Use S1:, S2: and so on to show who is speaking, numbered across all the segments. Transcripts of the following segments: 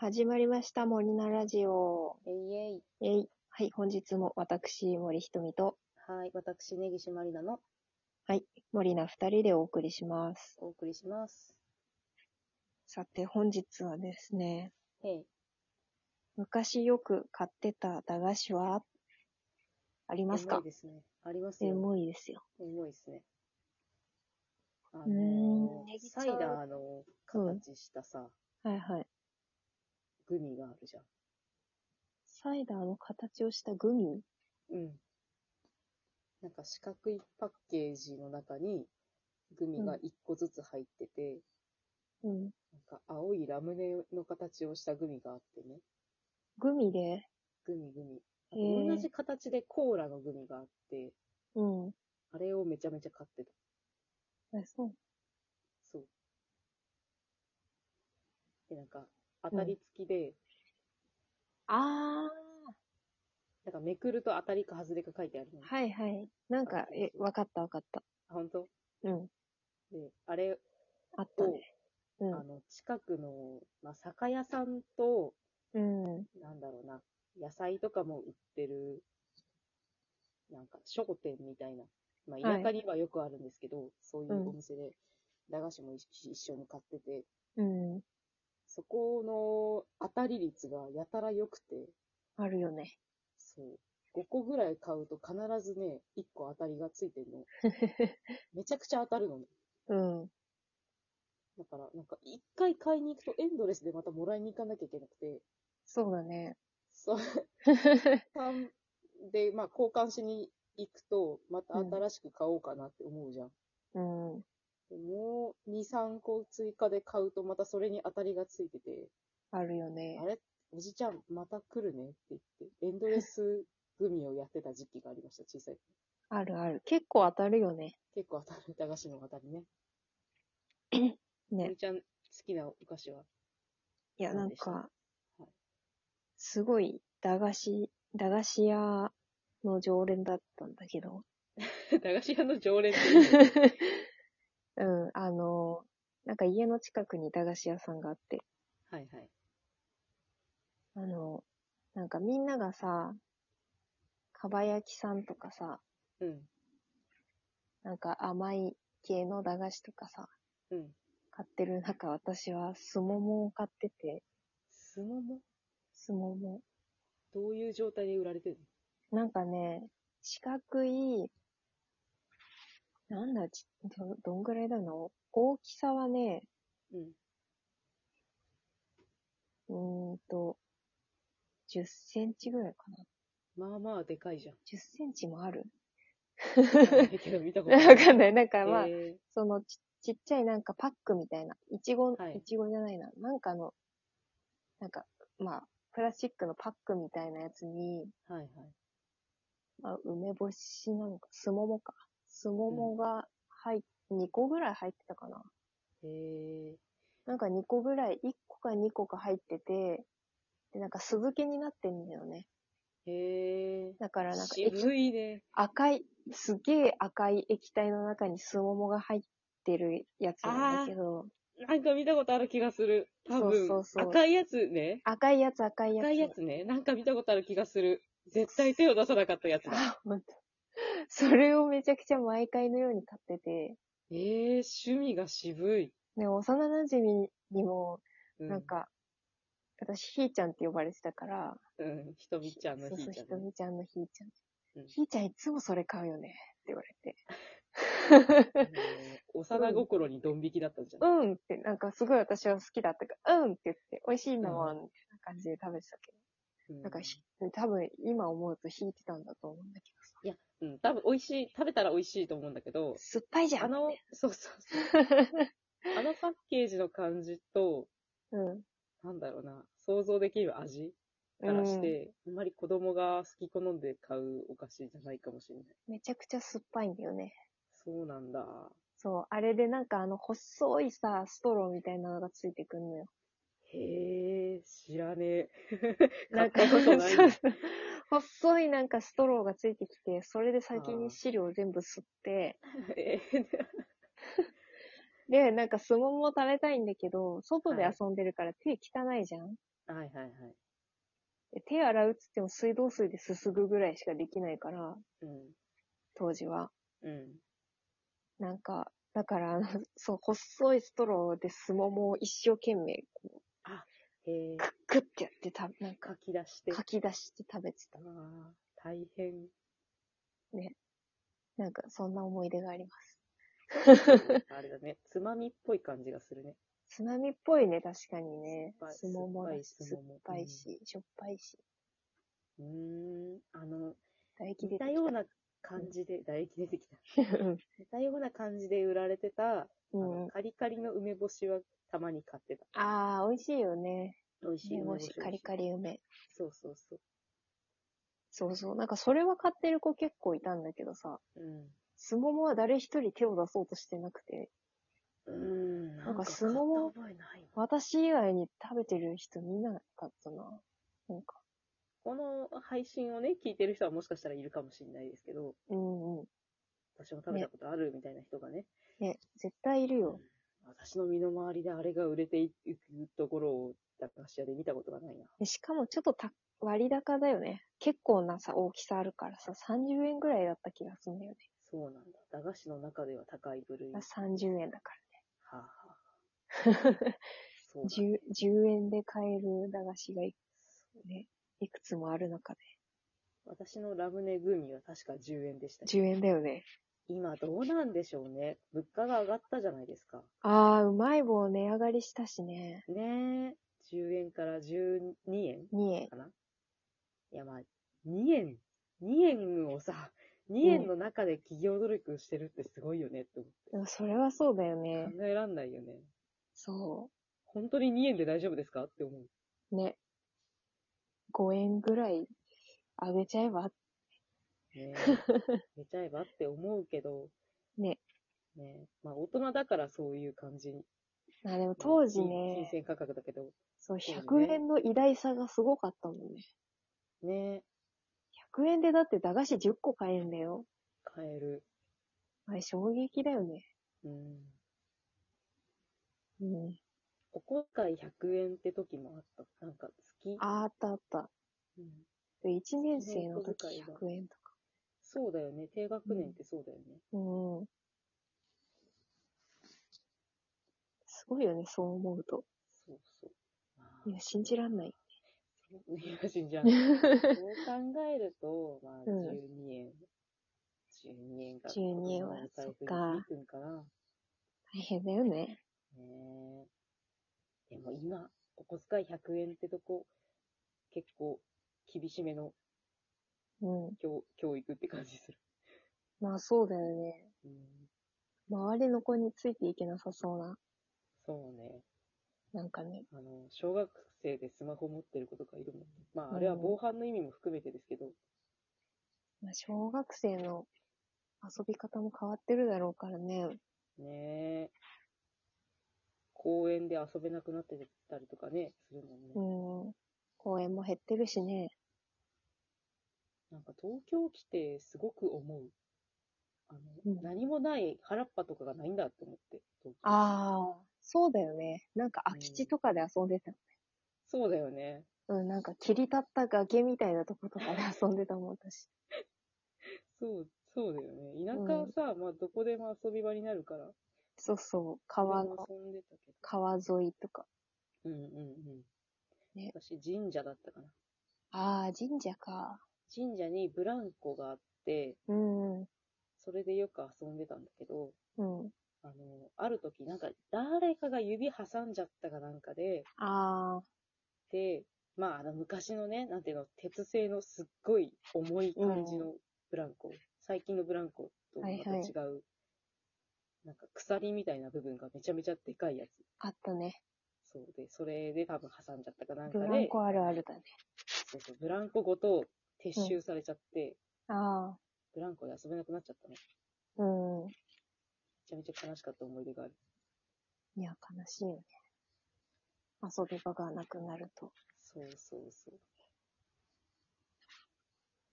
S1: 始まりました、森菜ラジオ。
S2: えいえい。
S1: えい。はい、本日も私、森ひとみと、
S2: はい。私、根岸まりなの
S1: はい、森菜二人でお送りします。
S2: お送りします。
S1: さて、本日はですね、
S2: へい。
S1: 昔よく買ってた駄菓子は、あります
S2: エモ
S1: か
S2: いですね。あります
S1: エ
S2: よ。
S1: モいですよ。
S2: エモいですね。あの
S1: うーん
S2: ーサイダーの形したさ、
S1: はいはい。
S2: グミがあるじゃん。
S1: サイダーの形をしたグミ
S2: うん。なんか四角いパッケージの中に、グミが一個ずつ入ってて、
S1: うん。
S2: なんか青いラムネの形をしたグミがあってね。
S1: グミで、
S2: グミグミ。
S1: へー
S2: 同じ形でコーラのグミがあって、
S1: うん。
S2: あれをめちゃめちゃ買ってた。
S1: え、そう。
S2: そう。で、なんか、当たり付きで、
S1: あ
S2: なんかめくると当たりか外れか書いてあるの。
S1: ー、はいはい。なんか、え、わかったわかった。
S2: あ、本当
S1: うん。
S2: で、あれ
S1: あった
S2: を、
S1: ね。う
S2: あの、近くの、まあ、酒屋さんと、
S1: ん。うん。
S2: なんだろうな、野菜とかも売ってる、なんか、商店みたいな。まあ、
S1: は
S2: 田
S1: い
S2: 舎にはよくあるんですけど、そうい
S1: うん
S2: うお店で、駄菓子も一一緒に買ってて、
S1: うん。
S2: そこの当たり率がやたら良くて、
S1: あるよね。
S2: そう。5個ぐらい買うと必ずね、1個当たりがついてんの。めちゃくちゃ当たるのね。
S1: うん。
S2: だから、なんか、1回買いに行くとエンドレスでまたもらいに行かなきゃいけなくて、
S1: そうだね。
S2: そう。三で、まあ、交換しに行くと、また新しく買おうかなって思うじゃん。
S1: うん。
S2: でもう、2、3個追加で買うと、またそれに当たりがついてて、
S1: あるよね
S2: あ。れおじちゃん、また来るねって言って、エンドレスグミをやってた時期がありました、小さい頃。
S1: あるある。結構当たるよね。
S2: 結構当たる、駄菓子の当たりね。
S1: ね
S2: み。ちゃん、好きなお菓子はい
S1: や、
S2: そ
S1: な
S2: うんでした
S1: か
S2: はい、
S1: すごい、駄菓子、駄菓子屋の常連だったんだけ ど、
S2: 駄菓子屋の常連って いうの
S1: うん、あの、なんか家の近くに駄菓子屋さんがあって、
S2: はいはい。
S1: あの、なんかみんながさ、かば焼きさんとかさ、
S2: うん。
S1: なんか甘い系の駄菓子とかさ、
S2: うん。
S1: 買ってる中、私はすももを買ってて、
S2: すもも
S1: すもも。
S2: どういう状態で売られてる
S1: なんかね、四角い、なんだ、ちど、どんぐらいだの大きさはね、
S2: のうん。
S1: うーんと、10センチぐらいかな。
S2: まあまあでかいじゃん。
S1: 10センチもある
S2: わかんないけど見たこと
S1: わかんない。なんかまあ、
S2: え
S1: そのち、ちっちゃいなんかパックみたいな、いちご、
S2: はい
S1: いちごじゃないな、なんかの、なんか、まあ、プラスチックのパックみたいなやつに、
S2: ーはいはい。
S1: まあ、梅干しなのか、すももか。すももが入っ、2個ぐらい入ってたかな。
S2: えー、
S1: なんか2個ぐらい、1個か2個か入ってて、で、なんか酢漬けになってんだよね。
S2: え
S1: だからなん
S2: ー、
S1: か液
S2: 渋いね。
S1: 赤い、すげえ赤い液体の中にすももが入ってるやつなんだけど、
S2: なんか見たことある気がする。多分。
S1: そうそうそう
S2: 赤いやつね。
S1: 赤いやつ赤いやつ。
S2: 赤いやつね。なんか見たことある気がする。絶対手を出さなかったやつだ。
S1: あ、ほんと。 それをめちゃくちゃ毎回のように買ってて、
S2: えー、趣味が渋い。
S1: で、幼馴染にも、
S2: う
S1: なん、か、私、ひーちゃんって呼ばれてたから、
S2: うん。ひとみちゃんの
S1: そう
S2: ひ
S1: そ
S2: ー
S1: う、
S2: ちゃ
S1: ひ
S2: んの
S1: とみちゃんのひーちゃん。
S2: うん
S1: ひーちゃんいつもそれ買うよねって言われて。
S2: あの幼心にドン引きだったじゃん。
S1: うんって、なんかすごい私は好きだったから、うんって言って、美味しいんだもん、みたいな感じで食べてたけど。
S2: うん
S1: なんかひ、多分今思うと引いてたんだと思うんだけどさ。
S2: うん、多分美味しい、食べたら美味しいと思うんだけど、
S1: 酸っぱいじゃん
S2: あの、そうそうそう。 あのパッケージの感じと、
S1: うん。
S2: なんだろうな、想像できる味からして、あんまり子供が好き好んで買うお菓子じゃないかもしれない。
S1: めちゃくちゃ酸っぱいんだよね。
S2: そうなんだ。
S1: そう。あれでなんかあの、細いさ、ストローみたいなのがついてくんのよ。
S2: へえ、知らねえ。
S1: なんか、
S2: 買ったことない
S1: そうそう細いなんかストローがついてきて、それで先
S2: あー
S1: に汁を全部吸って、
S2: えー
S1: で、なんかすもも食べたいんだけど、外で
S2: はい
S1: 遊んでるから手汚いじゃん、
S2: はいはいはい。
S1: で手洗うっつっても水道水ですすぐぐらいしかできないから、
S2: うん。
S1: 当時は。
S2: うん。
S1: なんか、だから、あのそう、細いストローですももを一生懸命、
S2: へえ、
S1: クックってやってた、なんか
S2: 書、き出して。
S1: かき出して食べてた
S2: あ。あ、大 変。
S1: なんか、そんな思い出があります。
S2: あれだね。つまみっぽい感じがするね。
S1: 津波っぽいね、確かにね
S2: 酸っぱい。
S1: すももだし、
S2: 酸
S1: 酸
S2: っぱい
S1: っぱいし、しょっぱいし。
S2: うーん。あの、
S1: 唾液出て
S2: 似た
S1: き
S2: ような感じで、唾液出てきた。
S1: た。
S2: 似たような感じで売られてた、あ
S1: う
S2: の
S1: ん。
S2: カリカリの梅干しはたまに買ってた。
S1: ああ、美味しいよね。
S2: 美味しい
S1: 梅
S2: 梅
S1: 干
S2: 干
S1: し
S2: し。、
S1: カリカリ梅。
S2: そうそうそ
S1: そうそう。なんか、それは買ってる子結構いたんだけどさ、
S2: う。うん。
S1: すももは誰一人手を出そうとしてなくて、
S2: うーん。
S1: なんかすもも
S2: 買った覚えないな
S1: 私以外に食べてる人見なかったな。なんか、
S2: この配信をね、聞いてる人はもしかしたらいるかもしれないですけど、
S1: うんうん。
S2: 私も食べたことあるみたいな人がね、
S1: ね、絶対いるよ。
S2: 私の身の回りであれが売れていくところを駄菓子屋で見たことがないな。
S1: でしかもちょっとた割高だよね。結構なさ、大きさあるからさ、30円ぐらいだった気がするんだよね。
S2: そうなんだ。駄菓子の中では高い部類。
S1: ま
S2: は
S1: あ30円だか
S2: あ、はあ、そう
S1: ら。
S2: だ
S1: 10, 10円で買える駄菓子がい,、ね、いくつもある中で。
S2: 私のラムネグミは確か10円でしたね。
S1: 10円だよね。
S2: 今どうなんでしょうね。物価が上がったじゃないですか。
S1: ああ、うまい棒値上がりしたしね。
S2: ねえ、10円から12円
S1: 2円。
S2: かないやまあ、2円、2円をさ、2円の中で企業努力してるってすごいよねって思
S1: でもそれはそうだよね
S2: って。。考えらんないよね。
S1: そ
S2: 本当に2円で大丈夫ですかって思う。
S1: う。ね。5円ぐらい上げちゃえば。
S2: ね寝ちゃえばって思うけど。
S1: ね。
S2: ねまあ大人だからそういう感じ。
S1: まあでも当時
S2: 金
S1: ね、
S2: 銭価格だけど。
S1: そう、
S2: そうね
S1: 100円の偉大さがすごかったもんね。
S2: ね
S1: 100円でだって駄菓子10個買えるんだよ。
S2: 買える。
S1: あれ衝撃だよね。
S2: うん。
S1: うん。
S2: お小遣い100円って時もあった。なんか月。
S1: あったあった。
S2: うん、
S1: で1年生の時
S2: ね小
S1: 100円とか。
S2: そうだよね。低学年ってそうだよね。
S1: うん。すごいよね、そう思うと。
S2: そうそう。まあ
S1: いや、信じらんない。
S2: いや、信 じらんない。そう考えると、まあ、
S1: う
S2: 12
S1: ん
S2: 円。12円が
S1: 12円は
S2: 子供のお財布に
S1: そっか
S2: 響くんかな。
S1: 大変だよね。
S2: ねえ。でも今、お小遣い100円ってとこ、結構厳しめの
S1: うん。
S2: 教教育って感じする。
S1: まあそうだよね。
S2: うん、
S1: 周りの子についていけなさそうな、
S2: そうね。
S1: なんかね。
S2: あの、小学生でスマホ持ってる子とかいるもん。
S1: う
S2: ま
S1: ん
S2: あ、あれは防犯の意味も含めてですけど、
S1: まあ、小学生の遊び方も変わってるだろうからね。
S2: ねえ。公園で遊べなくなってたりとかね、するもんね。
S1: うん。公園も減ってるしね。
S2: なんか東京来てすごく思う。あの、
S1: うん
S2: 何もない原っぱとかがないんだって思って、東京。
S1: ああ、そうだよね。なんか空き地とかで遊んでた。
S2: そうだよね。
S1: うん、なんか切り立った崖みたいなとことかで遊んでたもん、私。
S2: そう、そうだよね。田舎はさ、まあどこでも遊び場になるから。
S1: そうそう、川の、
S2: 遊んでたけ
S1: 川沿いとか。
S2: ど。うんうんうん。
S1: ね
S2: 私、神社だったかな。
S1: ああ、神社か。
S2: 神社にブランコがあって、
S1: うん、うん、
S2: それでよく遊んでたんだけど、
S1: うん。
S2: あの、ある時、なんか、誰かが指挟んじゃったかなんかで、
S1: ああ、
S2: で、まあ、あの、昔のね、なんていうの、鉄製のすっごい重い感じのブランコ。最近のブランコとまた違う、
S1: はいはい
S2: なんか鎖みたいな部分がめちゃめちゃでかいやつ。
S1: あったね。
S2: そうで、それで多分挟んじゃったかなんか
S1: ブ
S2: で、
S1: ランコあるあるだね。
S2: そうそうブランコごと撤収されちゃって、
S1: あ
S2: ブランコで遊べなくなっちゃったね。
S1: あ、うん。
S2: めちゃめちゃ悲しかった思い出がある。
S1: いや、悲しいよね。遊び場がなくなると。
S2: そうそうそう。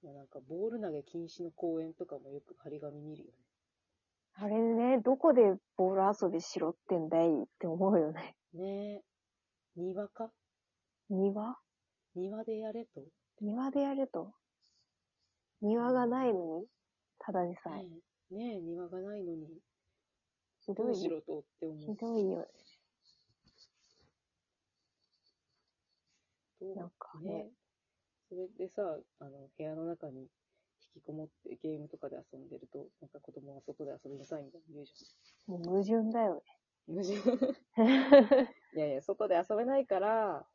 S2: いや、なんかボール投げ禁止の公園とかもよく張り紙見るよね。
S1: あれね、どこでボール遊びしろってんだいって思うよね。
S2: ねえ。庭か
S1: 庭
S2: 庭でやれと。
S1: 庭でやると。庭がないのに、ただでさえ。
S2: ねえ、ねえ庭がないのに、
S1: ひ
S2: ど
S1: ど
S2: う
S1: い
S2: し
S1: よ。
S2: ろとって思
S1: ひ
S2: う。
S1: どいよ。
S2: どう
S1: なんかね
S2: ねそれでさ、あの、部屋の中に引きこもってゲームとかで遊んでると、なんか子供は外で遊びなさいみたいな言うじ
S1: もう矛盾だよ
S2: ゃん。言うじゃん
S1: ね。
S2: いやいや、外で遊べないから、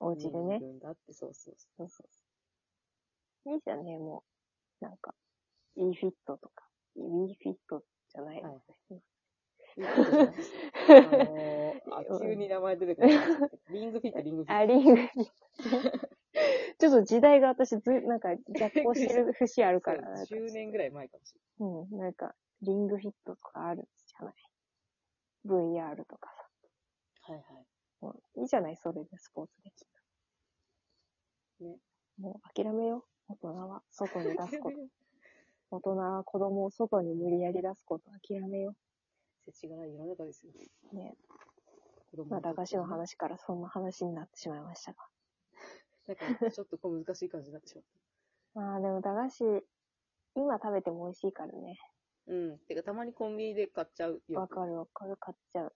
S1: お家で
S2: 家にい
S1: ね。
S2: るんだって、そうそうそ
S1: そうそう。いいじゃんね、もう。なんか、e フィットとか。e フィットじゃない。
S2: はい
S1: うん
S2: う。いうことじ ゃないですあのー、あ
S1: うん
S2: 急に名前出てこない。リングフィット、リングフィッ
S1: あ、リングフィット。ちょっと時代が私ず、なんか逆行してる節ある
S2: ト。
S1: から、 なんか
S2: 10年ぐらい前かもし
S1: うん、なんか、リングフィットとかあるじゃない。VR とかさ。
S2: れない。はいはい。
S1: もういいじゃない、それでスポーツできる。
S2: ね。
S1: もう諦めよう。大人は外に出すこと。大人は子供を外に無理やり出すこと諦めよ
S2: 世知辛い世の中ですよ。
S1: う。ね。
S2: 子供
S1: まあ、
S2: にと
S1: 駄
S2: ってね
S1: 菓子の。話からそんな話になってしまいましたが。
S2: なんか、ちょっとこう難しい感じになってしまっ
S1: まあ、でも駄菓子、今食べても美味しいからね。
S2: た。うん。てか、たまにコンビニで買っちゃうよ。
S1: わかるわかる、買っちゃう。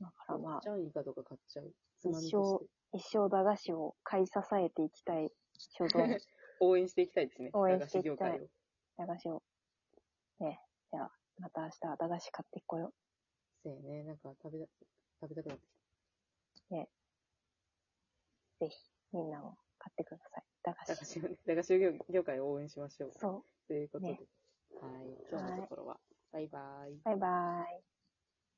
S1: だからま
S2: 買
S1: あ
S2: っち、ゃうんかとか買っちゃう。つまみとして。
S1: 一生駄菓子を買い支えていきたい所 存。
S2: 応援していきたいですね。
S1: 応援していきたい
S2: 駄菓子業界を。
S1: 駄菓子を。ね。じゃあ、また明日は駄菓子買ってこよ
S2: そうやね。なんか食べた、食べたくなってき
S1: う。ぜひ、みんなも買ってください。駄
S2: た。
S1: 菓
S2: 駄菓
S1: 子。
S2: 子をね、駄菓子業業界を応援しましょう。
S1: そう。
S2: ということで。
S1: ね
S2: はい。今日のところは。バイバイ。
S1: バイバーイ。